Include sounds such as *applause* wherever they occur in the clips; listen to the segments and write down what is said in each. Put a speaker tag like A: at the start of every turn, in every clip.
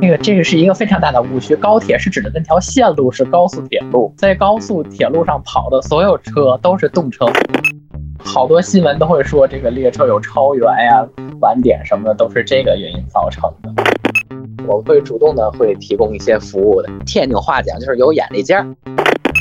A: 那个这个是一个非常大的误区。高铁是指的那条线路是高速铁路，在高速铁路上跑的所有车都是动车。好多新闻都会说这个列车有超员呀、晚点什么的，都是这个原因造成的。
B: 我会主动的会提供一些服务的。天津话讲就是有眼力见儿。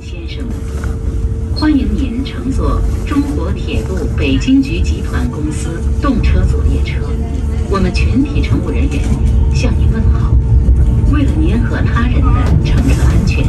C: 先生们，欢迎您乘坐中国铁路北京局集团公司动车佐夜车。我们全体乘务人员向您问好。为了您和他人的乘车安全，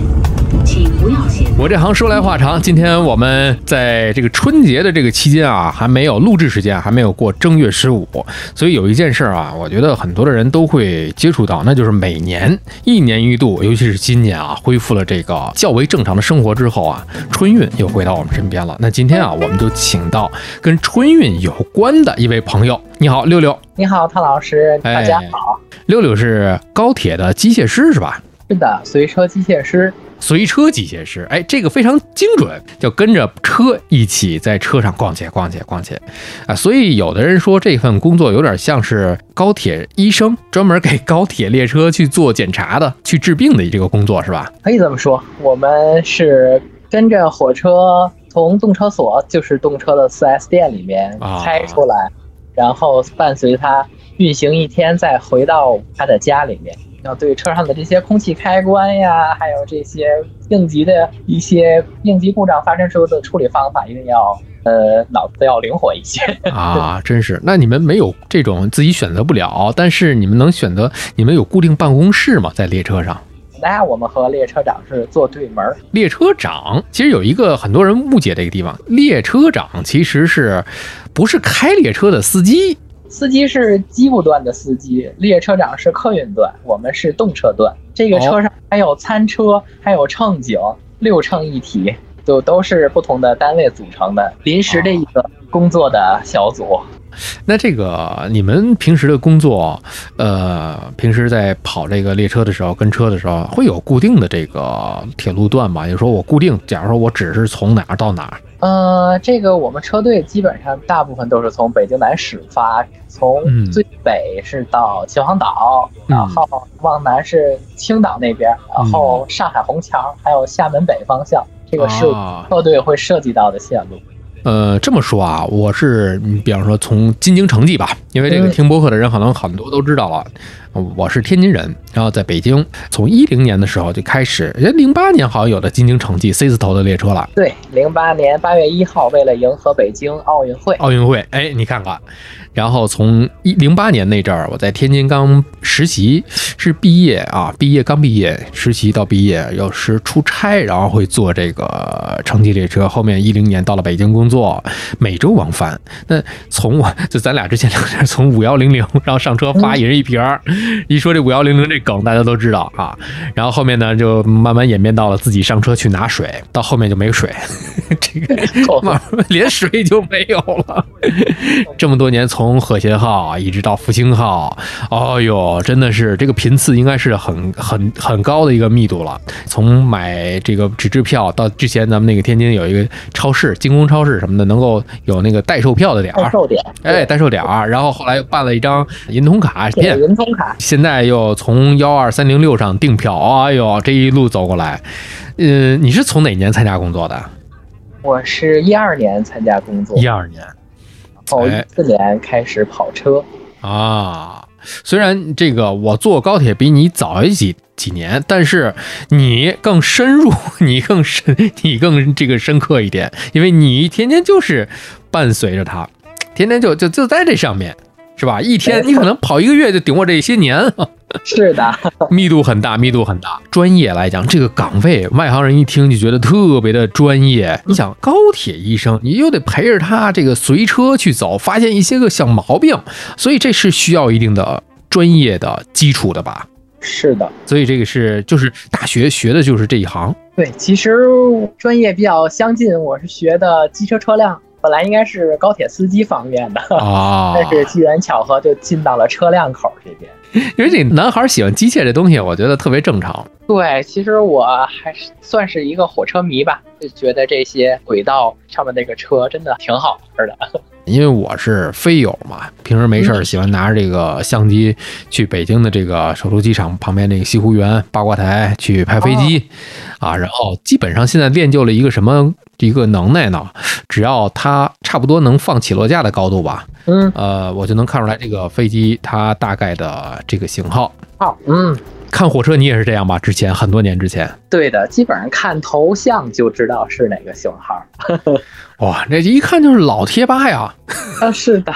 C: 请不要携
D: 我这行说来话长，今天我们在这个春节的这个期间啊，还没有录制时间，还没有过正月十五，所以有一件事儿啊，我觉得很多的人都会接触到，那就是每年一年一度，尤其是今年啊，恢复了这个较为正常的生活之后啊，春运又回到我们身边了。那今天啊，我们就请到跟春运有关的一位朋友，你好，六六，
A: 你好，汤老师，
D: 哎
A: 大家好。
D: 六六是高铁的机械师是吧？
A: 是的，随车机械师。
D: 随车机械师，哎，这个非常精准，就跟着车一起在车上逛街、逛街、逛街，啊，所以有的人说这份工作有点像是高铁医生，专门给高铁列车去做检查的、去治病的这个工作是吧？
A: 可以这么说，我们是跟着火车从动车所，就是动车的 4S 店里面
D: 啊
A: 开出来，然后伴随它运行一天，再回到他的家里面。要对车上的这些空气开关呀，还有这些应急的一些应急故障发生时候的处理方法，一定要呃脑子要灵活一些。 *laughs*
D: 啊，真是，那你们没有这种自己选择不了，但是你们能选择，你们有固定办公室吗？在列车上？
A: 那我们和列车长是坐对门儿，
D: 列车长其实有一个很多人误解的一个地方，列车长其实是不是开列车的司机？
A: 司机是机务段的司机，列车长是客运段，我们是动车段。这
D: 哦
A: 个车上还有餐车，还有乘警，六乘一体，就都是不同的单位组成的临
D: 哦
A: 时的一个工作的小组。
D: 那这个你们平时的工作，呃，平时在跑这个列车的时候，跟车的时候，会有固定的这个铁路段吗？也就是说我固定，假如说我只是从哪儿到哪儿，
A: 呃，这个我们车队基本上大部分都是从北京南始发，从
D: 嗯
A: 最北是到秦皇岛，然
D: 嗯
A: 后往南是青岛那边，然后上海虹桥，还有厦门北方向，这个是
D: 啊
A: 车队会涉及到的线路。
D: 呃，这么说啊，我是你比方说从津京城际吧，因为这个
A: 嗯
D: 听播客的人可能很多都知道了，呃我是天津人，然后在北京，从一零年的时候就开始，人零八年好像有的津京城际 C 字头的列车了。
A: 对，零八年八月一号，为了迎合北京奥运会，
D: 奥运会，哎，你看看，然后从一零八年那阵儿，我在天津刚实习，是毕业啊，毕业刚毕业，实习到毕业，有时出差，然后会坐这个城际列车。后面一零年到了北京工作，每周往返。那从我就咱俩之前聊天，从五幺零零，然后上车
A: 嗯
D: 发一人一瓶儿，一说这五幺零零这梗，大家都知道啊。然后后面呢，就慢慢演变到了自己上车去拿水，到后面就没水， *laughs* 这个
A: 够
D: *laughs* 慢慢连水就没有了。这么多年，从和谐号一直到复兴号，哦呦，真的是这个频次应该是很很很高的一个密度了。从买这个纸质票到之前咱们那个天津有一个超市，精工超市什么的，能够有那个代售票的点
A: 代
D: 儿，
A: 售点，
D: 哎，代售点儿。然后后来又办了一张银通卡
A: 对，
D: 片
A: 有，云通卡，
D: 现在又从幺二三零六上订票，哎呦，这一路走过来，嗯，你是从哪年参加工作的？
A: 我是一二年参加工作，
D: 二年。
A: 然后
D: 哎
A: 一四年开始跑车，
D: 啊，虽然这个我坐高铁比你早一几几年，但是你更深入，你更深，你更这个深刻一点，因为你天天就是伴随着它，天天就就就在这上面，是吧？一天你可能跑一个月就顶过这些年，
A: 是的，
D: 密度很大，密度很大。专业来讲，这个岗位外行人一听就觉得特别的专业。你想，高铁医生，你又得陪着他这个随车去走，发现一些个小毛病，所以这是需要一定的专业的基础的吧？
A: 是的，
D: 所以这个是就是大学学的就是这一行。
A: 对，其实专业比较相近，我是学的机车车辆，本来应该是高铁司机方面的， *laughs*
D: 啊，
A: 但是机缘巧合就进到了车辆口这边。
D: 因为这男孩喜欢机械这东西，我觉得特别正常。
A: 对，其实我还是算是一个火车迷吧，就觉得这些轨道上面那个车真的挺好玩的。
D: 因为我是飞友嘛，平时没事儿喜欢拿着这个相机去北京的这个首都机场旁边这个西湖园八卦台去拍飞机，啊，然后基本上现在练就了一个什么一个能耐呢？只要它差不多能放起落架的高度吧，
A: 嗯，
D: 呃，我就能看出来这个飞机它大概的这个型号。
A: 好，嗯，
D: 看火车你也是这样吧？之前很多年之前，
A: 对的，基本上看头像就知道是哪个型号。
D: 哇，这一看就是老贴吧呀，
A: 啊，是的，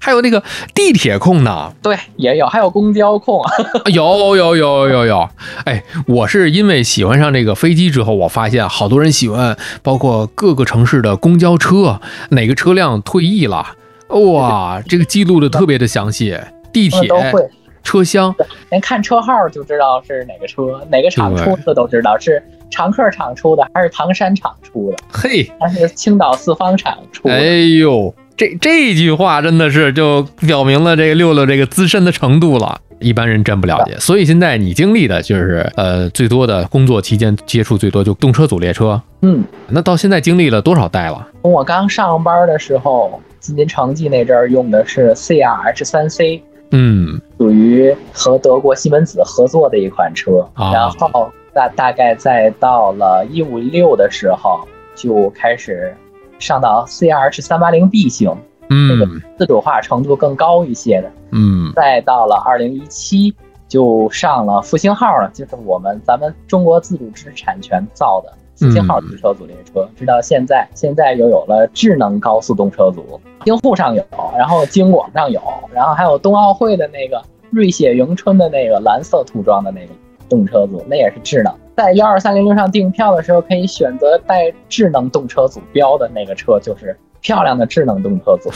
D: 还有那个地铁控呢，
A: *laughs* 对，也有，还有公交控啊。
D: 有有有有有，哎，我是因为喜欢上这个飞机之后，我发现好多人喜欢，包括各个城市的公交车，哪个车辆退役了，哇，这个记录的特别的详细，地铁
A: 嗯都会，
D: 车厢，
A: 连看车号就知道是哪个车，哪个厂出的都知道是常客厂出的还是唐山厂出的，
D: 嘿，
A: 还是青岛四方厂出的。
D: 哎呦，这这句话真的是就表明了这个六六这个资深的程度了。一般人真不了解，所以现在你经历的就是，呃，最多的工作期间接触最多就动车组列车。
A: 嗯，
D: 那到现在经历了多少代了？
A: 从我刚上班的时候，吉林城际那阵儿用的是 CRH 三 C，
D: 嗯，
A: 属于和德国西门子合作的一款车。
D: 啊
A: 然后大大概再到了一五六的时候，就开始上到 CRH 三八零 B 型，
D: 嗯
A: 自主化程度更高一些的。
D: 嗯
A: 再到了二零一七，就上了复兴号了，就是我们咱们中国自主知识产权造的复兴号
D: 嗯
A: 动车组列车，直到现在，现在又有了智能高速动车组，京沪上有，然后京广上有，然后还有冬奥会的那个瑞雪迎春的那个蓝色涂装的那个动车组，那也是智能。在幺二三零零上订票的时候，可以选择带智能动车组标的那个车，就是漂亮的智能动车组，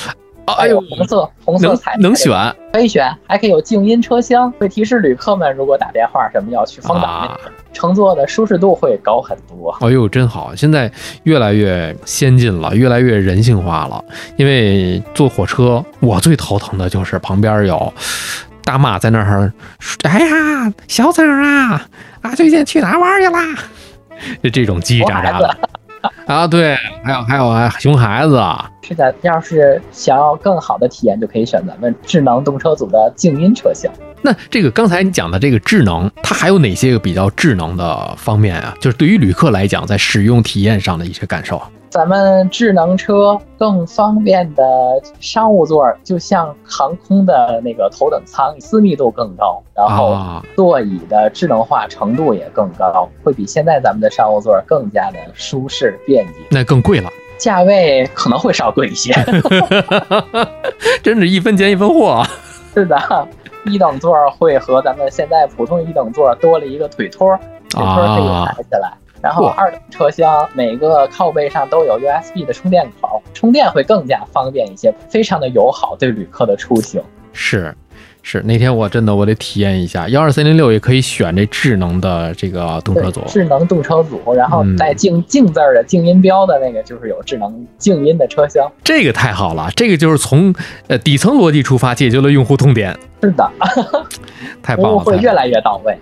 D: 啊
A: 还有哎红色红色
D: 能
A: 彩排
D: 能
A: 的
D: 选
A: 可以选，还可以有静音车厢，会提示旅客们如果打电话什么要去封岛，
D: 啊！
A: 乘坐的舒适度会高很多。
D: 哎呦，真好！现在越来越先进了，越来越人性化了。因为坐火车，我最头疼的就是旁边有大妈在那儿说：“哎呀，小子儿啊啊，最近去哪儿玩去啦？”就 *laughs* 这种叽叽喳
A: *laughs*
D: 喳的啊，对，还有还有啊，熊孩子啊，
A: 是的，要是想要更好的体验，就可以选咱们智能动车组的静音车厢。
D: 那这个刚才你讲的这个智能，它还有哪些个比较智能的方面啊？就是对于旅客来讲，在使用体验上的一些感受。
A: 咱们智能车更方便的商务座，就像航空的那个头等舱，私密度更高，然后
D: 啊，
A: 座椅的智能化程度也更高，会比现在咱们的商务座更加的舒适便捷，
D: 那更贵了， *laughs*
A: 价位可能会稍贵一些。
D: 真是一分钱一分货啊！
A: 是的，一等座儿会和咱们现在普通一等座儿多 *laughs* 了一个腿托儿，腿托
D: 啊
A: 儿可以抬起来。然后
D: 哇
A: 二等车厢每个靠背上都有 USB 的充电口，充电会更加方便一些，非常的友好对旅客的出行。
D: 是，是，那天我真的我得体验一下，幺二三零六也可以选这智能的这个动车组
A: 对，智能动车组，然后
D: 嗯
A: 带静静字儿的静音标的那个就是有智能静音的车厢。
D: 这个太好了，这个就是从呃底层逻辑出发，解决了用户痛点，
A: 是的，
D: *laughs* 太
A: 服 *laughs*
D: 棒
A: 务
D: 了，
A: 会
D: 太棒
A: 越
D: 了
A: 来越到位。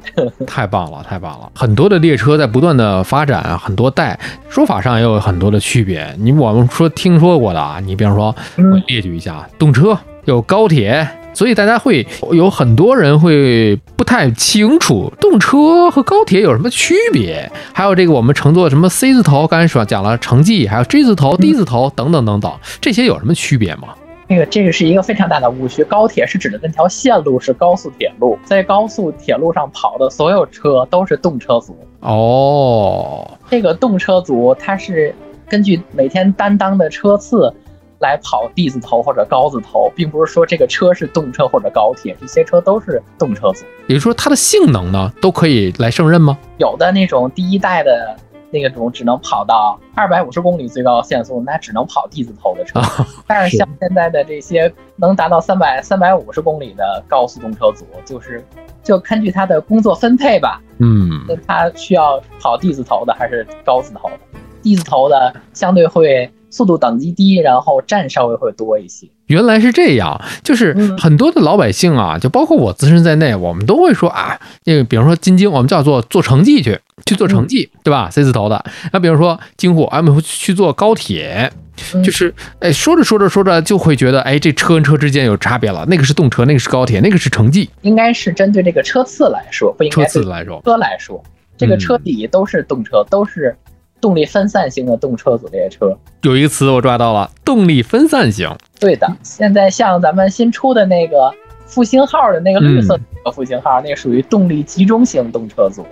D: 太棒了，太棒了！很多的列车在不断的发展，很多代说法上也有很多的区别。你我们说听说过的啊，你比方说，
A: 嗯
D: 我列举一下，动车有高铁，所以大家会呃有很多人会不太清楚动车和高铁有什么区别。还有这个我们乘坐什么 C 字头，刚才说讲了城际，还有 G 字头、D 字头等等等等，这些有什么区别吗？
A: 那个这个是一个非常大的误区。高铁是指的那条线路是高速铁路，在高速铁路上跑的所有车都是动车组。
D: 哦，
A: 这个动车组它是根据每天担当的车次来跑 D 字头或者高字头，并不是说这个车是动车或者高铁，这些车都是动车组。
D: 也就是说它的性能呢都可以来胜任吗？
A: 有的那种第一代的那种只能跑到二百五十公里最高限速，那只能跑 D 字头的车。
D: 啊
A: 但
D: 是
A: 是像现在的这些能达到三百三百五十公里的高速动车组，就是就根据他的工作分配吧，
D: 嗯
A: 那他需要跑低字头的还是高字头的？低字头的相对会速度等级低，然后站稍微会多一些。
D: 原来是这样，就是
A: 嗯
D: 很多的老百姓啊，就包括我自身在内，我们都会说啊，那个比如说金京，我们叫做做成绩去，去做成绩，
A: 嗯
D: 对吧？C 字头的，那比如说京沪，哎我们去坐高铁，
A: 嗯
D: 就是哎说着说着说着就会觉得哎这车跟车之间有差别了，那个是动车，那个是高铁，那个是城际，
A: 应该是针对这个车次来说，不应
D: 车
A: 该对
D: 次嗯来说，
A: 车来说，这个车底都是动车，都是动力分散型的动车组列车。
D: 有一个词我抓到了，动力分散型，
A: 对
D: 嗯
A: 的，现在像咱们新出的那个复兴号的那个
D: 嗯
A: 绿色的复兴号，那个属于动力集中型动车组。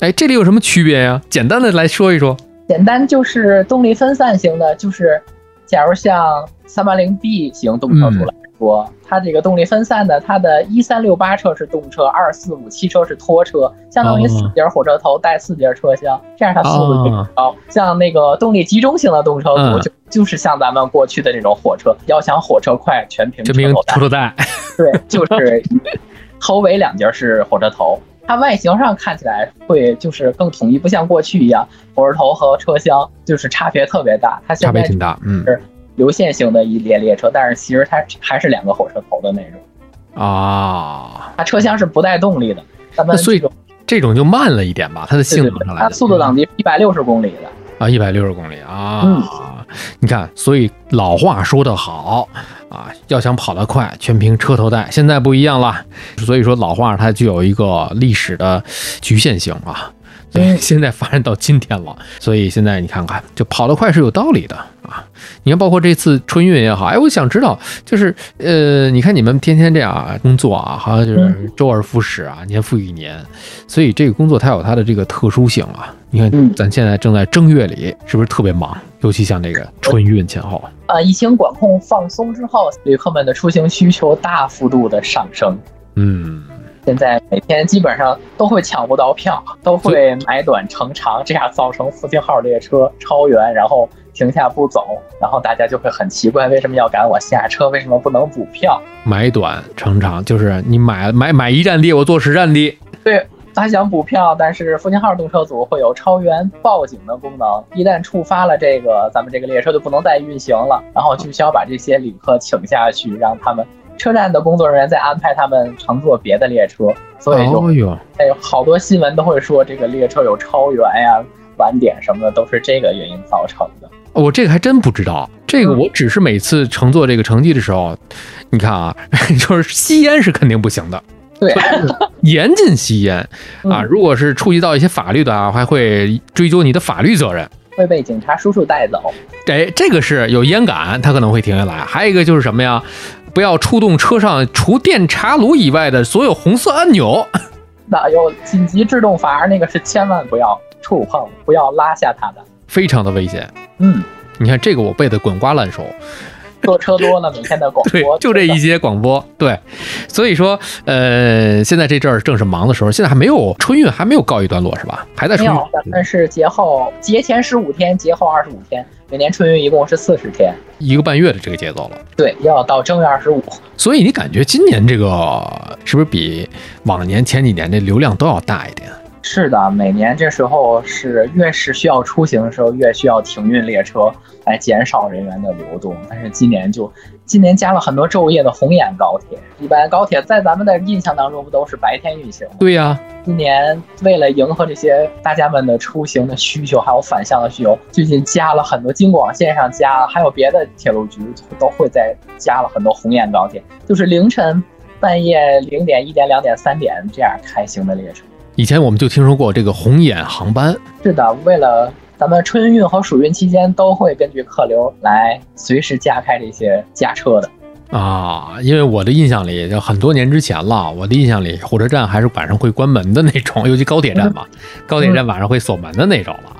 D: 哎这里有什么区别呀？简单的来说一说，
A: 简单就是动力分散型的，就是假如像 380B 型动车组来说，它这个动力分散的，它的一三六八车是动车，二四五七车是拖车，相当于
D: 哦
A: 四节火车头带四节车厢，这样它速度就
D: 哦
A: 高。像那个动力集中型的动车组
D: 嗯
A: 就。就是像咱们过去的那种火车，要想火车快，全凭
D: 这
A: 车
D: 名
A: 头带
D: 抽。抽带，
A: 对，就是头尾两节是火车头，它外形上看起来会就是更统一，不像过去一样火车头和车厢就是差别特别大。它
D: 差
A: 现
D: 别
A: 在
D: 挺大，嗯
A: 流线型的一列列车，但是其实它还是两个火车头的那种，
D: 啊。
A: 它车厢是不带动力的。咱
D: 那
A: 们
D: 所以
A: 这种
D: 这种就慢了一点吧，它的性
A: 对对
D: 能
A: 对
D: 上来
A: 它
D: 讲，
A: 速度等级一百六十公里的，
D: 啊，一百六十公里啊，
A: 嗯
D: 你看，所以老话说得好啊，要想跑得快，全凭车头带。现在不一样了，所以说老话它具有一个历史的局限性啊。所以
A: 嗯
D: 现在发展到今天了，所以现在你看看，就跑得快是有道理的啊。你看，包括这次春运也好，哎，我想知道，就是呃，你看你们天天这样啊工作啊，好像就是周而复始啊，年复一年，所以这个工作它有它的这个特殊性啊。你看，
A: 嗯
D: 咱现在正在正月里，是不是特别忙？尤其像这个春运前后，
A: 呃，疫情管控放松之后，旅客们的出行需求大幅度的上升。
D: 嗯，
A: 现在每天基本上都会抢不到票，都会买短乘长，这样造成复兴号列车超员，然后停下不走，然后大家就会很奇怪，为什么要赶我下车？为什么不能补票？ *laughs*
D: 买短乘长，就是你买买买一站地，我坐十站地，
A: 对，他想补票，但是复兴号动车组会有超员报警的功能，一旦触发了这个，咱们这个列车就不能再运行了，然后就需要把这些旅客请下去，让他们车站的工作人员再安排他们乘坐别的列车，所以就
D: 哦哟，
A: 哎，好多新闻都会说这个列车有超员呀、晚点什么的，都是这个原因造成的。
D: 哦我这个还真不知道，这个我只是每次乘坐这个城际的时候，你看啊， *laughs* 就是吸烟是肯定不行的，
A: 对，
D: 严禁吸烟啊！
A: 嗯
D: 如果是触及到一些法律的啊，还会追究你的法律责任。
A: 会被警察叔叔带走。
D: 哎，这个是有烟感，他可能会停下来。还有一个就是什么呀？不要触动车上除电茶炉以外的所有红色按钮。 *laughs*
A: 那有紧急制动阀，那个是千万不要触碰，不要拉下它的。
D: 非常的危险。
A: 嗯，
D: 你看这个我背得滚瓜烂熟，
A: 坐车多了，每天的广
D: *laughs* 对
A: 播，
D: 就这一些广播，对，所以说，呃，现在这阵儿正是忙的时候，现在还没有春运，还没有告一段落是吧？还在
A: 没
D: 春
A: 有，咱
D: 运，嗯
A: 们是节后节前十五天，节后二十五天，每年春运一共是四十天。
D: 一个半月的这个节奏了。
A: 对，要到正月二十五。
D: 所以你感觉今年这个是不是比往年前几年这流量都要大一点？
A: 是的，每年这时候是越是需要出行的时候，越需要停运列车来减少人员的流动。但是今年就今年加了很多昼夜的红眼高铁。一般高铁在咱们的印象当中不都是白天运行吗？
D: 对呀、
A: 今年为了迎合这些大家们的出行的需求，还有返乡的需求，最近加了很多京广线上加，还有别的铁路局都会再加了很多红眼高铁，就是凌晨、半夜零点、一点、两点、三点这样开行的列车。
D: 以前我们就听说过这个红眼航班，
A: 是的，为了咱们春运和暑运期间都会根据客流来随时加开这些加车的。
D: 啊，因为我的印象里就很多年之前了，我的印象里火车站还是晚上会关门的那种，尤其高铁站嘛，高铁站晚上会锁门的那种了。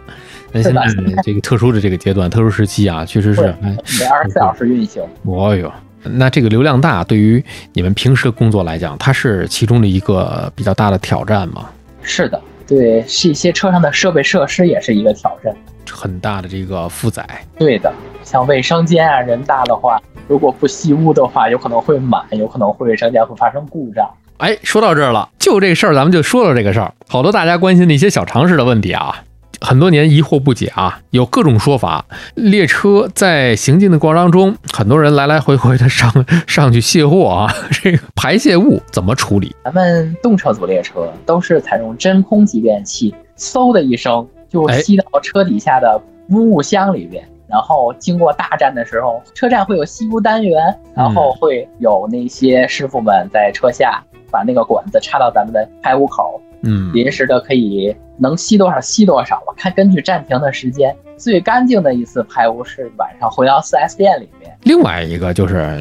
D: 那现在
A: 是
D: 这个特殊的这个阶段、特殊时期啊，确实是
A: 对，
D: 哎，
A: 每二十四小时运行。
D: 哦哟，那这个流量大对于你们平时的工作来讲，它是其中的一个比较大的挑战嘛，
A: 是的，对，是一些车上的设备设施也是一个挑战。
D: 很大的这个负载。
A: 对的，像卫生间啊，人大的话，如果不吸污的话，有可能会满，有可能会卫生间会发生故障。
D: 哎，说到这儿了，就这事儿，咱们就说说这个事儿。好多大家关心的一些小常识的问题啊，很多年疑惑不解啊，有各种说法。列车在行进的过程当中，很多人来来回回的上上去卸货啊，这个排泄物怎么处理？
A: 咱们动车组列车都是采用真空集变器，嗖的一声就
D: 哎
A: 吸到车底下的污物箱里边。然后经过大站的时候，车站会有吸污单元，然后会有那些师傅们在车下把那个管子插到咱们的排污口，
D: 嗯，
A: 临时的可以能吸多少吸多少吧，看根据站停的时间。最干净的一次排污是晚上回到 4S 店里面，
D: 另外一个就是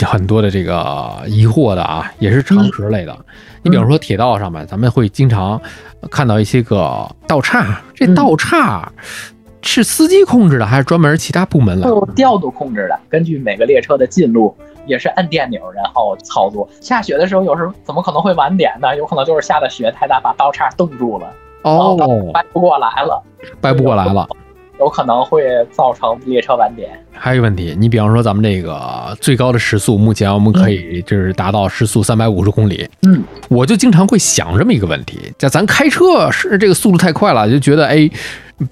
D: 很多的这个疑惑的啊，也是常识类
A: 嗯
D: 的。你比如说铁道上面，咱们会经常看到一些个道岔，这
A: 嗯哦
D: 道岔是司机控制的，还是专门其他部门
A: 会
D: 来
A: 有
D: 控制？
A: 调度控制的，根据每个列车的进路也是按电钮然后操作。下雪的时候有时候怎么可能会晚点呢？有可能就是下的雪太大把刀叉冻住了，
D: 哦，
A: 掰不过来了，
D: *laughs* 掰不过来了。
A: 有可能会造成列车晚点。
D: 还有一个问题，你比方说咱们这个最高的时速，目前我们可以就是达到时速三百五十公里。
A: 嗯，
D: 我就经常会想这么一个问题，在咱开车是这个速度太快了，就觉得哎，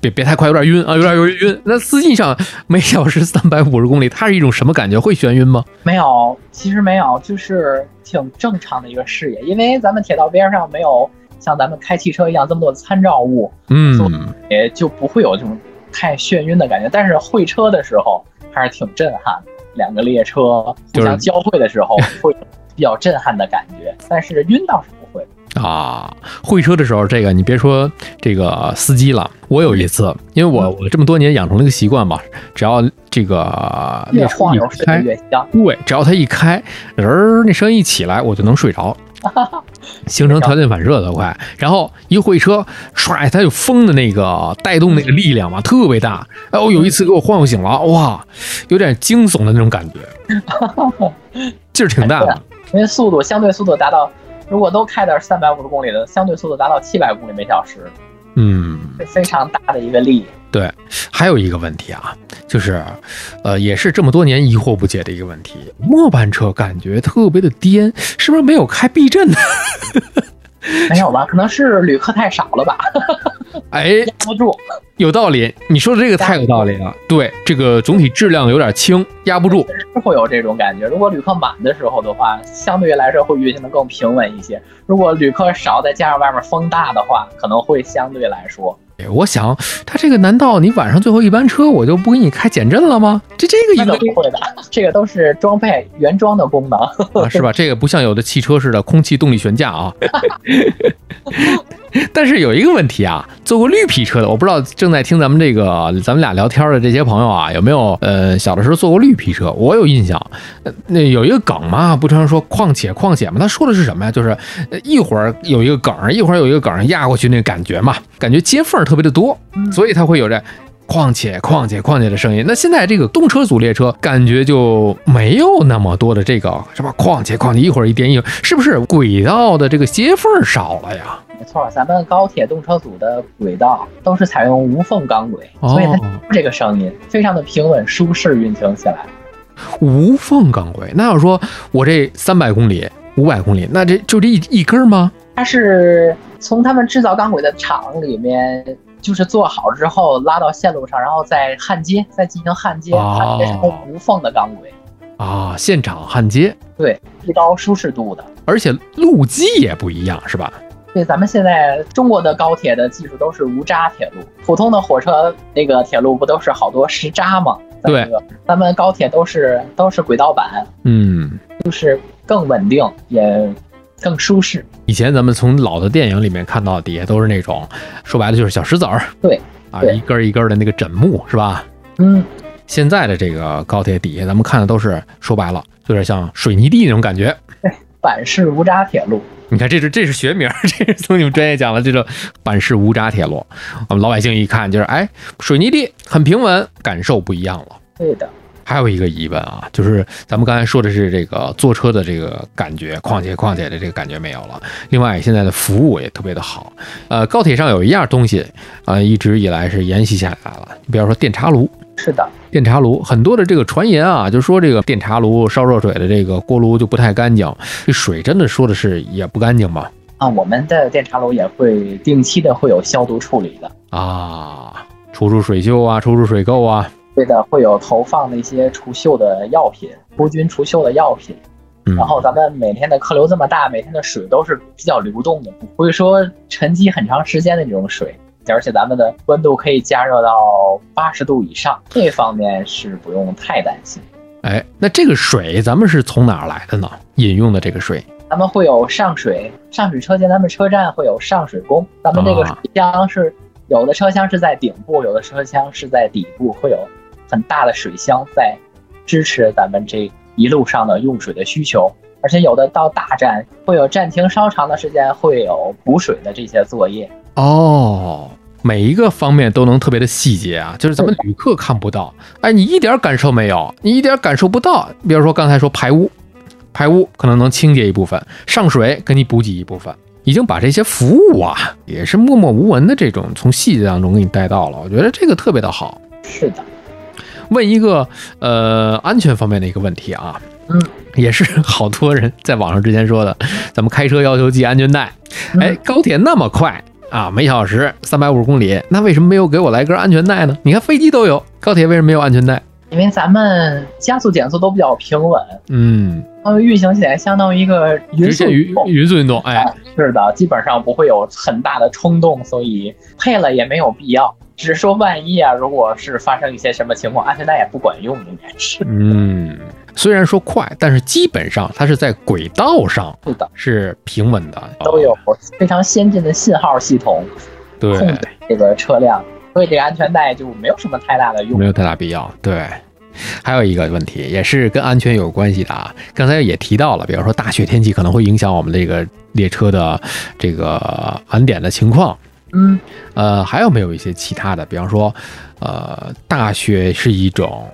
D: 别别太快，有点晕啊，有点有点晕。那司机上每小时三百五十公里，它是一种什么感觉？会眩晕吗？
A: 没有，其实没有，就是挺正常的一个视野，因为咱们铁道边上没有像咱们开汽车一样这么多的参照物，
D: 嗯，
A: 也就不会有这种太眩晕的感觉。但是会车的时候还是挺震撼的，两个列车互
D: 就是
A: 相交汇的时
D: *laughs*
A: 候会有比较震撼的感觉，但是晕倒是不会。
D: 啊，会车的时候，这个你别说这个司机了，我有一次，因为我我这么多年养成了一个习惯嘛，只要这个
A: 越
D: 列车
A: 晃
D: 一
A: 悠睡得
D: 开，
A: 越香，
D: 对，只要它一开，人儿那声音一起来，我就能睡着，形成条件反射都快。然后一会车，唰，它有风的那个带动那个力量嘛，特别大。哎，我有一次给我晃醒了，哇，有点惊悚的那种感觉，劲儿挺大的。
A: 因为速度相对速度达到，如果都开到三百五十公里的，相对速度达到七百公里每小时，
D: 嗯，
A: 是非常大的一个力。
D: 对。还有一个问题啊，就是，呃，也是这么多年疑惑不解的一个问题，末班车感觉特别的颠，是不是没有开避震呢？ *laughs*
A: 没有吧？可能是旅客太少了吧，
D: 哎，
A: 压不住。
D: 有道理，你说的这个太有道理了。对，这个总体质量有点轻，压不住。
A: 是会有这种感觉。如果旅客满的时候的话，相对于来说会运行的更平稳一些。如果旅客少，再加上外面风大的话，可能会相对来说
D: 哎我想，他这个难道你晚上最后一班车我就不给你开减震了吗？这这个
A: 那
D: 应
A: 都不
D: 该、
A: 会的。这个都是装配原装的功能。
D: *laughs* 啊、是吧？这个不像有的汽车似的空气动力悬架啊。 *laughs* 但是有一个问题啊，坐过绿皮车的，我不知道正在听咱们这个咱们俩聊天的这些朋友啊，有没有呃小的时候坐过绿皮车？我有印象，呃那有一个梗嘛，不常说“况且况且”嘛，他说的是什么呀？就是呃一会儿有一个梗儿，一会儿有一个梗儿压过去那感觉嘛，感觉接缝儿特别的多，所以它会有这。况且，况且，况且的声音。那现在这个动车组列车，感觉就没有那么多的这个什么况且，况且，一会儿一颠，一会儿是不是轨道的这个接缝儿少了呀？
A: 没错，咱们高铁动车组的轨道都是采用无缝钢轨，
D: 哦
A: 所以它这个声音非常的平稳舒适，运行起来。
D: 无缝钢轨。那要说我这三百公里、五百公里，那这就这一一根儿吗？
A: 它是从他们制造钢轨的厂里面。就是做好之后拉到线路上，然后再焊接，再进行焊接，
D: 哦
A: 焊接成无缝的钢轨。
D: 啊，现场焊接，
A: 对，提高舒适度的。
D: 而且路基也不一样，是吧？
A: 对，咱们现在中国的高铁的技术都是无渣铁路，普通的火车那个铁路不都是好多石渣吗？咱们
D: 对
A: 这个，咱们高铁都是都是轨道板，
D: 嗯，
A: 就是更稳定也更舒适。
D: 以前咱们从老的电影里面看到底下都是那种，说白了就是小石子儿，
A: 对，
D: 啊，
A: 对
D: 一根儿一根儿的那个枕木，是吧？
A: 嗯，
D: 现在的这个高铁底下，咱们看的都是说白了，有点像水泥地那种感觉。
A: 板式无渣铁路，
D: 你看，这是这是学名儿， *laughs* 这是从你们专业讲的这种板式无渣铁路。我们老百姓一看就是，哎，水泥地很平稳，感受不一样了。
A: 对的，
D: 还有一个疑问啊，就是咱们刚才说的是这个坐车的这个感觉，况且况且的这个感觉没有了。另外，现在的服务也特别的好。呃，高铁上有一样东西，呃，一直以来是沿袭下来了。你比方说电茶炉，
A: 是的，
D: 电茶炉，很多的这个传言啊，就说这个电茶炉烧热水的这个锅炉就不太干净，这水真的说的是也不干净吗？
A: 啊，我们的电茶炉也会定期的会有消毒处理的。
D: 啊，除除水锈啊，除除水垢啊，
A: 对的，会有投放的一些除锈的药品，除菌除锈的药品。
D: 嗯
A: 然后咱们每天的客流这么大，每天的水都是比较流动的，不会说沉积很长时间的这种水。而且咱们的温度可以加热到八十度以上，这方面是不用太担心。
D: 哎，那这个水咱们是从哪儿来的呢？饮用的这个水
A: 咱们会有上水，上水车间，咱们车站会有上水工。咱们这个
D: 啊
A: 水箱是、有的车厢是在顶部，有的车厢是在底部，会有很大的水箱在支持咱们这一路上的用水的需求。而且有的到大站会有暂停稍长的时间，会有补水的这些作业。
D: 哦，每一个方面都能特别的细节啊，就是咱们旅客看不到，哎，你一点感受没有，你一点感受不到。比如说刚才说排污，排污可能能清洁一部分，上水给你补给一部分，已经把这些服务啊，也是默默无闻的这种从细节当中给你带到了，我觉得这个特别的好。
A: 是的，
D: 问一个呃安全方面的一个问题啊，
A: 嗯，
D: 也是好多人在网上之前说的，咱们开车要求系安全带，
A: 嗯
D: 哎，高铁那么快啊，每小时三百五十公里，那为什么没有给我来根安全带呢？你看飞机都有，高铁为什么没有安全带？
A: 因为咱们加速减速都比较平稳，
D: 嗯，
A: 它们运行起来相当于一个匀
D: 直
A: 速
D: 线匀
A: 运动
D: 匀速运动，哎，
A: 是的，基本上不会有很大的冲动，所以配了也没有必要。只是说万一啊，如果是发生一些什么情况，安全带也不管用，应该是
D: 嗯，虽然说快，但是基本上它是在轨道上
A: 是的，
D: 是平稳的，
A: 都有非常先进的信号系统
D: 对，
A: 控制这个车辆，所以这个安全带就没有什么太大的用
D: 没。有太大必要。对，还有一个问题也是跟安全有关系的啊。刚才也提到了，比如说大雪天气可能会影响我们这个列车的这个晚点的情况。
A: 嗯，
D: 呃，还有没有一些其他的？比方说，呃，大雪是一种，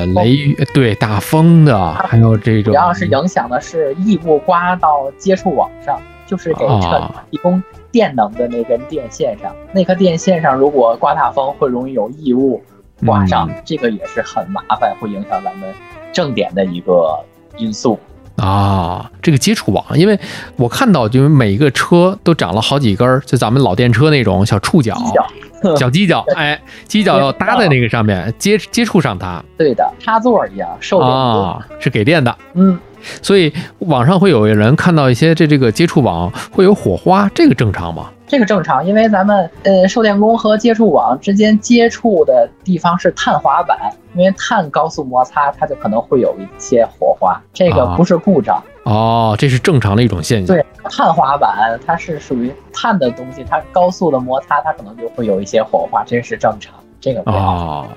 A: 大风
D: 雷雨对大风的，还有这
A: 主
D: 种
A: 要是影响的是异物刮到接触网上，就是给车
D: 啊
A: 提供电能的那根电线上，那颗电线上如果刮大风，会容易有异物
D: 嗯
A: 刮上，这个也是很麻烦，会影响咱们正点的一个因素。
D: 啊，这个接触网，因为我看到就是每一个车都长了好几根儿，就咱们老电车那种小触角、
A: 犄角 *laughs*
D: 小犄角，哎，犄角要搭在那个上面，接接触
A: *laughs*
D: 上它
A: 对的，插座一样受电波，
D: 啊，是给电的。
A: 嗯，
D: 所以网上会有人看到一些这这个接触网会有火花，这个正常吗？
A: 这个正常，因为咱们呃受电工和接触网之间接触的地方是碳滑板，因为碳高速摩擦，它就可能会有一些火花，这个
D: 啊
A: 不是故障。
D: 哦，这是正常的一种现象。
A: 对，碳滑板它是属于碳的东西，它高速的摩擦，它可能就会有一些火花，这是正常，这个不要。
D: 哦，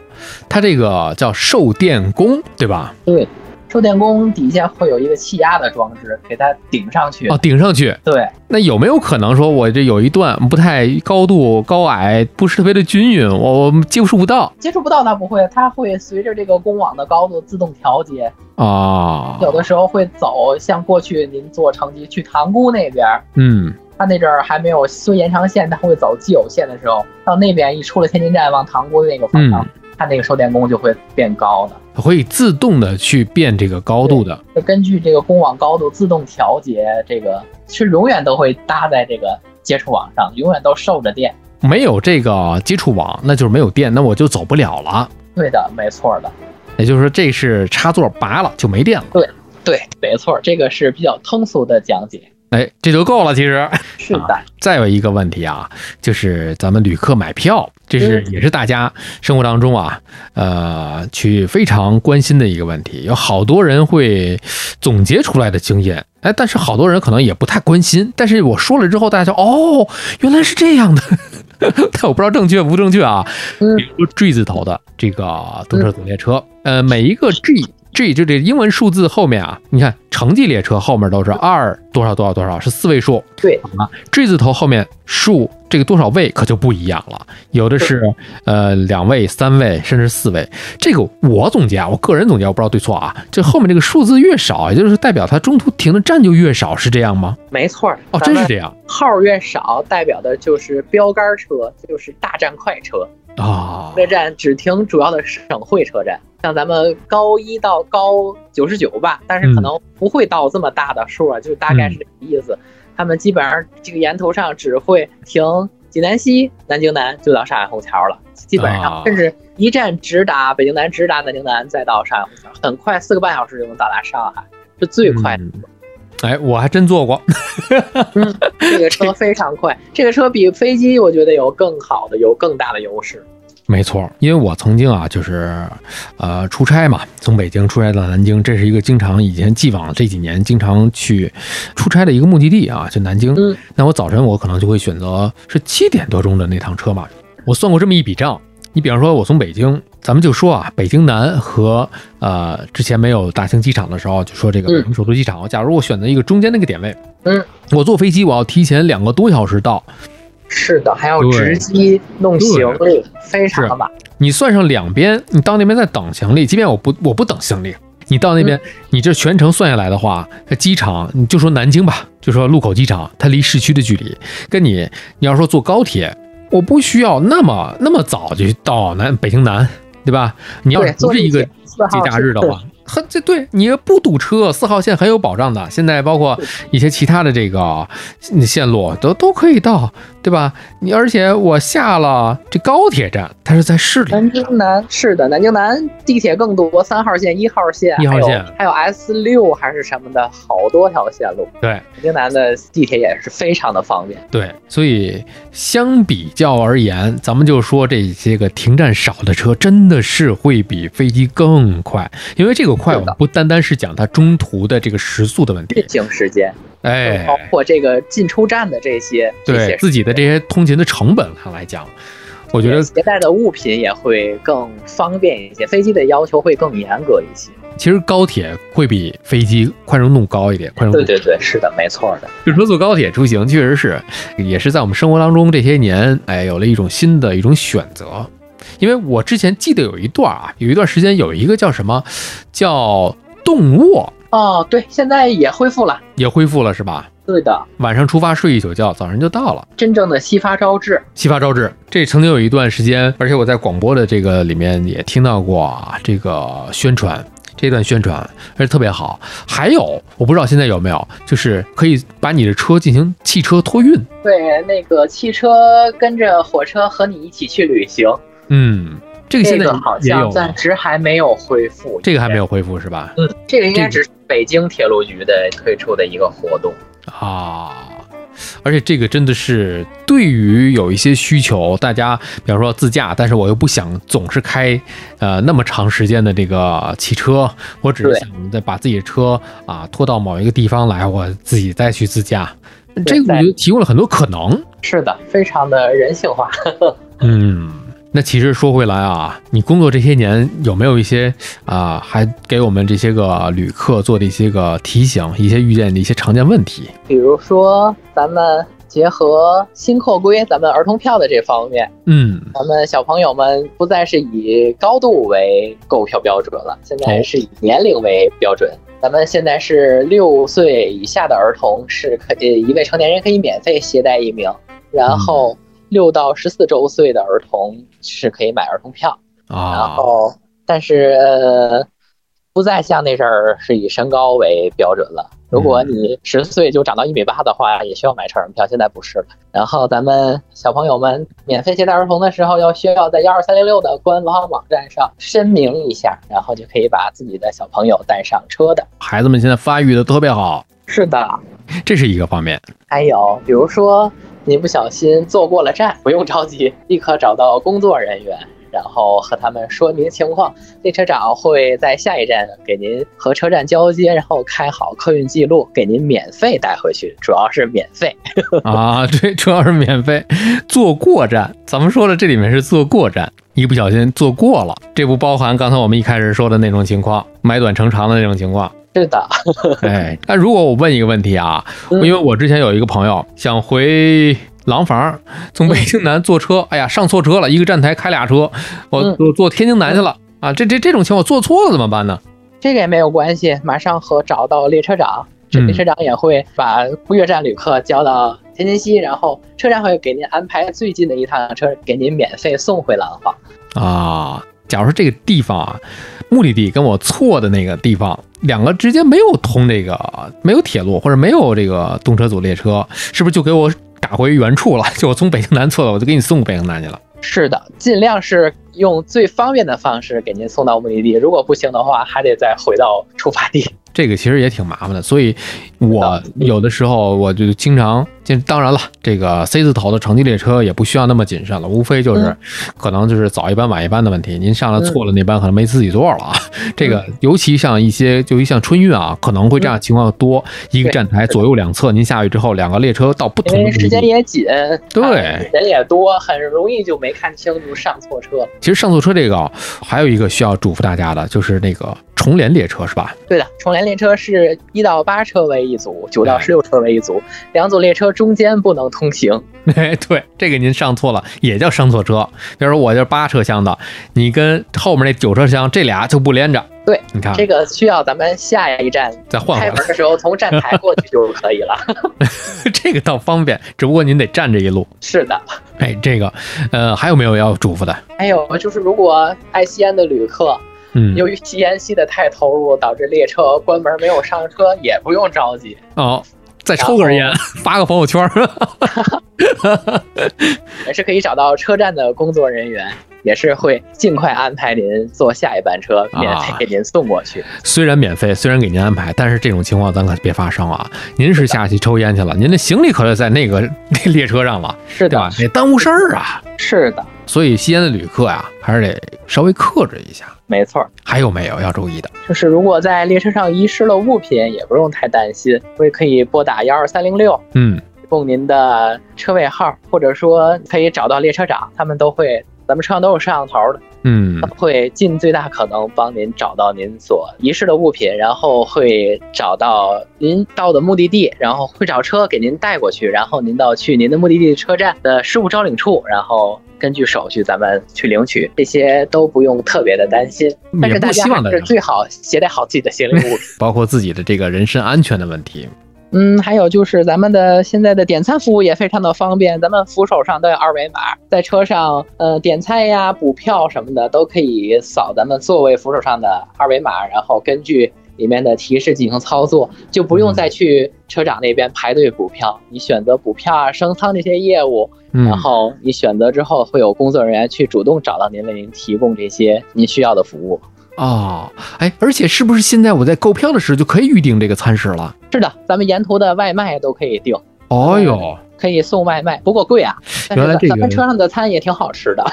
D: 它这个叫受电弓，对吧？
A: 对，受电弓底下会有一个气压的装置，给它顶上去。
D: 哦，顶上去。
A: 对，
D: 那有没有可能说我这有一段不太高度高矮不是特别的均匀，我我接触不到
A: 接触不到它不会，它会随着这个弓网的高度自动调节，
D: 啊？
A: 有的时候会走像过去您坐城际去塘沽那边儿，
D: 嗯，
A: 它那阵儿还没有修延长线，它会走既有线的时候，到那边一出了天津站往塘沽那个方向，它那个受电弓就会变高的。
D: 它会自动的去变这个高度的。
A: 就根据这个公网高度自动调节，这个是永远都会搭在这个接触网上，永远都受着电。
D: 没有这个接触网，那就是没有电，那我就走不了了。
A: 对的，没错的，
D: 也就是说，这是插座拔了就没电了。
A: 对，没错，这个是比较通俗的讲解。啊
D: 哎，这就够了。其实，
A: 是的，
D: 再有一个问题啊，就是咱们旅客买票，这是
A: 嗯
D: 也是大家生活当中啊，呃，去非常关心的一个问题。有好多人会总结出来的经验，哎，但是好多人可能也不太关心。但是我说了之后，大家就哦，原来是这样的。 *laughs* 但我不知道正确不正确啊。
A: 嗯
D: 比如说 G 字头的这个动车组列车，呃，每一个 G。G 就这英文数字后面啊，你看城际列车后面都是二多少多少多少，是四位数。
A: 嗯对
D: 啊，G 字头后面数这个多少位可就不一样了，有的是呃两位、三位，甚至四位。这个我总结啊，我个人总结，我不知道对错啊。这后面这个数字越少，也就是代表它中途停的站就越少，是这样吗？
A: 没错。
D: 哦，真是这样
A: 号越少，代表的就是标杆车，就是大站快车。
D: 啊
A: 列站只停主要的省会车站，像咱们高一到高九十九吧，但是可
D: 嗯
A: 能不会到这么大的数啊，就大概是这个意思。他们基本上这个沿途上只会停济南西、南京南，就到上海虹桥了，基本
D: 啊
A: 上甚至一站直达北京南，直达南京南，再到上海虹桥，很快四个半小时就能到达上海，是最快的。
D: 嗯哎，我还真坐过，嗯
A: 这个车非常快， *laughs* 这个车比飞机我觉得有更好的、有更大的优势。
D: 没错，因为我曾经啊，就是，呃，出差嘛，从北京出差到南京，这是一个经常以前既往这几年经常去出差的一个目的地啊，就南京。
A: 嗯
D: 那我早晨我可能就会选择是七点多钟的那趟车嘛。我算过这么一笔账，你比方说我从北京，咱们就说啊，北京南和呃之前没有大兴机场的时候，就说这个
A: 嗯
D: 北京首都机场，假如我选择一个中间那个点位，
A: 嗯，
D: 我坐飞机我要提前两个多小时到，
A: 是的，还要
D: 对
A: 直机弄
D: 对
A: 行李，非常
D: 是
A: 麻烦。
D: 你算上两边，你到那边再等行李，即便我不我不等行李，你到那边，
A: 嗯
D: 你这全程算下来的话，在机场你就说南京吧，就说禄口机场，它离市区的距离，跟你你要说坐高铁，我不需要那么那么早就到南北京南，对吧？你要
A: 对
D: 是，不
A: 坐
D: 是一
A: 地
D: 个
A: 铁四
D: 节
A: 号
D: 假日的
A: 是
D: 话，很这对你不堵车，四号线很有保障的。现在包括一些其他的这个嗯线路都都可以到，对吧？你而且我下了这高铁站，它是在市里，
A: 南京南是的，南京南地铁更多，三号线、一号线，
D: 一号线
A: 还有还有 S 六还是什么的，好多条线路。
D: 对
A: 南京南的地铁也是非常的方便。
D: 对，所以相比较而言，咱们就说这些个停站少的车，真的是会比飞机更快，因为这个快，
A: 是的
D: 我们不单单是讲它中途的这个时速的问题
A: 运，行时间，
D: 哎，
A: 包括这个进出站的这些，这
D: 对
A: 些
D: 自己的这些通勤的成本上来讲，我觉得
A: 携带的物品也会更方便一些，飞机的要求会更严格一些。
D: 其实高铁会比飞机宽容度高一点，宽容
A: 对
D: 度。
A: 对对，是的，没错的。
D: 就是说坐高铁出行，确实是，也是在我们生活当中这些年，哎，有了一种新的一种选择。因为我之前记得有一段啊，有一段时间有一个叫什么，叫动卧
A: 哦，对，现在也恢复了。
D: 也恢复了是吧？
A: 对的，
D: 晚上出发睡一宿觉，早上就到了。
A: 真正的西发招致。
D: 西发招致，这曾经有一段时间，而且我在广播的这个里面也听到过啊，这个宣传这段宣传，而且特别好。还有，我不知道现在有没有，就是可以把你的车进行汽车托运。
A: 对，那个汽车跟着火车和你一起去旅行，
D: 嗯，这个
A: 这
D: 现在
A: 个好
D: 也有
A: 像
D: 了
A: 暂时还没有恢复，
D: 这个还没有恢复是吧？
A: 嗯，这个应
D: 这
A: 该
D: 个
A: 只是北京铁路局的推出的一个活动。
D: 啊，而且这个真的是对于有一些需求，大家比方说自驾，但是我又不想总是开呃那么长时间的这个汽车，我只是
A: 对
D: 想再把自己的车啊拖到某一个地方来，我自己再去自驾。这个我
A: 在
D: 觉得提供了很多可能。
A: 是的，非常的人性化。
D: 嗯，那其实说回来啊，你工作这些年有没有一些啊，还给我们这些个旅客做的一些个提醒，一些遇见的一些常见问题？
A: 比如说，咱们结合新扣归咱们儿童票的这方面，
D: 嗯，
A: 咱们小朋友们不再是以高度为购票标准了，现在是以年龄为标准。咱们现在是六岁以下的儿童是可以一位成年人可以免费携带一名，然后六到十四周岁的儿童是可以买儿童票，然
D: 啊，
A: 后但是呃不再像那阵儿是以身高为标准了。如果你十岁就长到一米八的话，也需要买成人票，现在不是了。然后咱们小朋友们免费接待儿童的时候，要需要在幺二三零六的官方网站上申明一下，然后就可以把自己的小朋友带上车的。
D: 孩子们现在发育的特别好，
A: 是的，
D: 这是一个 *laughs* 方面。
A: 还有比如说你不小心坐过了站，不用着急，立刻找到工作人员。然后和他们说明情况，列车长会在下一站给您和车站交接，然后开好客运记录，给您免费带回去，主要是免费。 *laughs*
D: 啊，对，主要是免费。坐过站，咱们说了，这里面是坐过站，一不小心坐过了，这不包含刚才我们一开始说的那种情况，买短乘长的那种情况。
A: 是的，
D: 哎，那如果我问一个问题啊，
A: 嗯
D: 因为我之前有一个朋友想回廊坊，从北京南坐车，哎呀，上错车了，一个站台开俩车，我
A: 嗯
D: 坐坐天津南去了啊，这这这种情况我坐错了怎么办呢？
A: 这个也没有关系，马上和找到列车长，这
D: 嗯
A: 列车长也会把越站旅客交到天津西，然后车站会给您安排最近的一趟车，给您免费送回兰花。
D: 啊。假如说这个地方啊，目的地跟我错的那个地方，两个之间没有通这个没有铁路或者没有这个动车组列车，是不是就给我打回原处了？ *laughs* 就我从北京南错了，我就给你送北京南去了。
A: 是的，尽量是用最方便的方式给您送到目的地。如果不行的话，还得再回到出发地。
D: 这个其实也挺麻烦的，所以我
A: 嗯
D: 有的时候我就经常，就当然了，这个 C 字头的城际列车也不需要那么谨慎了，无非就是
A: 嗯
D: 可能就是早一班晚一班的问题。您上了错了那班，可能没自己座了啊。
A: 嗯
D: 这个尤其像一些，尤其像春运啊，可能会这样情况多，一个
A: 对
D: 站台左右两侧，您下去之后，两个列车到不
A: 因
D: 同的
A: 为
D: 目
A: 时
D: 的
A: 间
D: 地。
A: 也紧，
D: 对
A: 哎人也多，很容易就没看清楚，上错车了。
D: 其实上错车这个啊还有一个需要嘱咐大家的，就是那个重联列车是吧？
A: 对的，重联列车是一到八车为一组，九到十六车为一组，两组列车中间不能通行。
D: *laughs* 哎，对，这个您上错了，也叫上错车。比如说我就是八车厢的，你跟后面那九车厢这俩就不连着。
A: 对，
D: 你看
A: 这个需要咱们下一站
D: 再啊换回
A: 开门
D: 来，
A: 的时候从站台过去就可以了。 *laughs*
D: *laughs* 这个倒方便，只不过您得站这一路。
A: 是的，
D: 哎，这个，呃，还有没有要嘱咐的？
A: 还有就是如果爱吸烟的旅客，
D: 嗯，
A: 由于吸烟吸得太投入，导致列车关门没有上车，也不用着急。
D: 哦，再抽根烟，发个朋友圈儿。 *laughs*
A: 也是可以找到车站的工作人员，也是会尽快安排您坐下一班车，
D: 啊
A: 免费给您送过去。
D: 虽然免费，虽然给您安排，但是这种情况咱可别发生啊！您是下去抽烟去了，您的行李可是在那个 *laughs* 那列车上了，
A: 是
D: 对吧
A: 的，？
D: 得耽误事儿啊！
A: 是的，
D: 所以吸烟的旅客呀、还是得稍微克制一下。
A: 没错儿。
D: 还有没有要注意的？
A: 就是如果在列车上遗失了物品，也不用太担心，我也可以拨打幺二三零六，
D: 嗯，
A: 提供您的车位号，或者说可以找到列车长，他们都会，咱们车上都有摄像头的，
D: 嗯
A: 他，们会尽最大可能帮您找到您所遗失的物品，然后会找到您到的目的地，然后会找车给您带过去，然后您到去您的目的地车站的失物招领处，然后根据手续咱们去领取，这些都不用特别的担心。但
D: 也
A: 是
D: 不
A: 大家
D: 希望大
A: 还
D: 家
A: 是最好携带好自己的行李物品。
D: 包括自己的这个人身安全的问题。
A: 嗯，还有就是咱们的现在的点餐服务也非常的方便，咱们扶手上都有二维码，在车上呃点菜呀、补票什么的都可以扫咱们座位扶手上的二维码，然后根据里面的提示进行操作，就不用再去车长那边排队补票。你选择补票啊、升舱这些业务，
D: 嗯
A: 然，后你选择之后会有工作人员去主动找到您，为您提供这些您需要的服务。
D: 哦，哎，而且是不是现在我在购票的时候就可以预定这个餐食了？
A: 是的，咱们沿途的外卖都可以订。
D: 哦哟，
A: 可以送外卖，不过贵
D: *laughs*
A: 啊。但是
D: 原来这个
A: 咱们车上的餐也挺好吃
D: *laughs*
A: 的。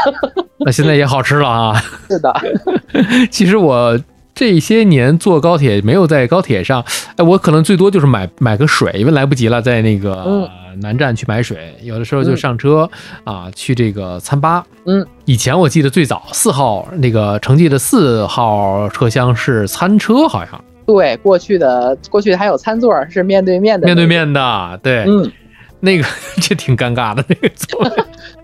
D: 那现在也好吃了啊！
A: 是的，
D: *laughs* 其实我这些年坐高铁没有在高铁上，哎，我可能最多就是买买个水，因为来不及了，在那个、
A: 嗯
D: 呃南站去买水，有的时候就
A: 嗯
D: 上车、啊去这个餐吧。
A: 嗯，
D: 以前我记得最早四号那个城际的四号车厢是餐车，好像
A: 对，过去的过去还有餐座是面对面的，
D: 面对。面的，对，
A: 嗯，
D: 那个 *laughs* 这挺尴尬的那个座
A: *laughs*
D: 位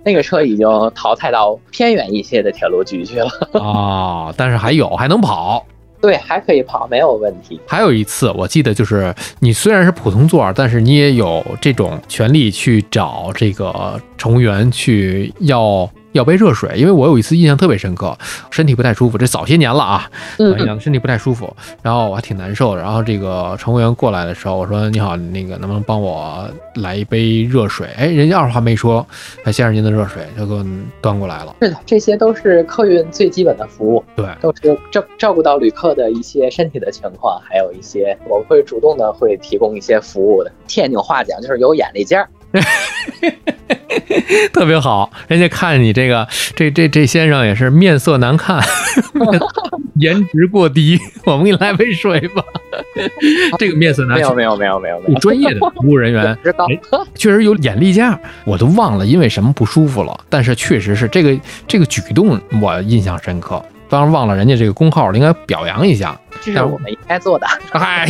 A: 那个车已经淘汰到偏远一些的铁路局去了。 *laughs*
D: 啊、但是还有还能跑。
A: 对，还可以跑，没有问题。
D: 还有一次，我记得就是你虽然是普通座儿，但是你也有这种权利去找这个乘务员去要要杯热水。因为我有一次印象特别深刻，身体不太舒服，这早些年了啊，
A: 嗯
D: *laughs* 早些，年身体不太舒服，然后我还挺难受的。然后这个乘务员过来的时候，我说：“你好，那个能不能帮我来一杯热水？”哎，人家二话没说，哎，先生您的热水就给我端过来了。
A: 是的，这些都是客运最基本的服务，
D: 对，
A: 都是照照顾到旅客的一些身体的情况，还有一些我们会主动的会提供一些服务的。天津话讲就是有眼力见儿，
D: *laughs* 特别好，人家看你这个，这这这先生也是面色难看， *laughs* 颜值过低， *laughs* 我们给你来杯水
A: *laughs*
D: 吧。这个面色难
A: 没有
D: 看，
A: 没有没有没有没
D: 有
A: 有，
D: 专业的服务
A: *laughs*
D: 人员
A: 知道
D: 哎确实有眼力见儿，我都忘了因为什么不舒服了，但是确实是这个这个举动我印象深刻。当然忘了人家这个工号了，应该表扬一下。
A: 这是我们应该做的。
D: 嗨，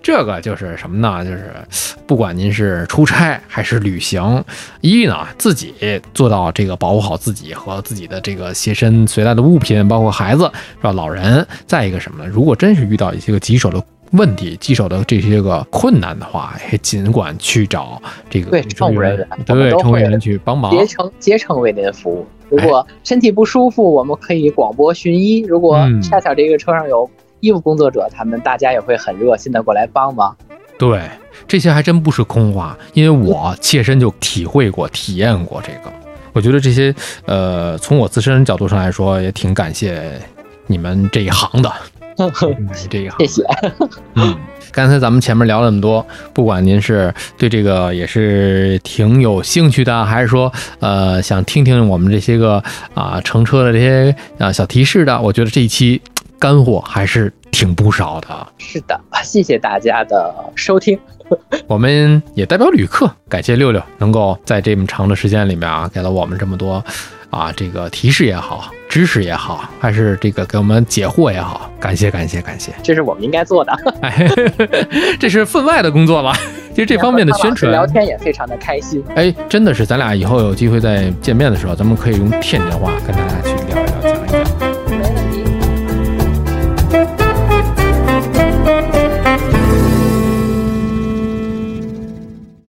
D: 这个就是什么呢？就是不管您是出差还是旅行，一呢自己做到这个保护好自己和自己的这个携身随带的物品，包括孩子是吧？老人。再一个什么呢？如果真是遇到一些个棘手的问题、棘手的这些个困难的话，也尽管去找这个
A: 对
D: 乘务员
A: 乘务人员，我们
D: 对
A: 都
D: 乘务
A: 会
D: 员去帮忙。
A: 竭诚竭诚为您服务。如果
D: 哎
A: 身体不舒服，我们可以广播寻医。如果
D: 嗯
A: 恰巧这个车上有医务工作者，他们大家也会很热心的过来帮
D: *laughs*
A: 忙。
D: 对，这些还真不是空话，因
A: *laughs*
D: 为我切身就体会过、体验过这个。我觉得这些，呃，从我自身角度上来说，也挺感谢你们这一行的，你们这一行
A: 谢。谢。
D: 嗯，刚才咱们前面聊了那么多，不管您是对这个也是挺有兴趣的，还是说呃想听听我们这些个啊、乘车的这些啊、小提示的，我觉得这一期干货还是挺不少的。
A: 是的，谢谢大家的收听。
D: 我们也代表旅客感谢六六能够在这么长的时间里面啊，给了我们这么多啊这个提示也好，知识也好，还是这个给我们解惑也好，感谢感谢感谢。
A: 这是我们应该做的。
D: 哎，这是分外的工作了，其实这方面的宣
A: *laughs*
D: 传
A: 聊天也非常的开心。
D: 啊哎，真的是，咱俩以后有机会再见面的时候，咱们可以用天津话跟大家去聊。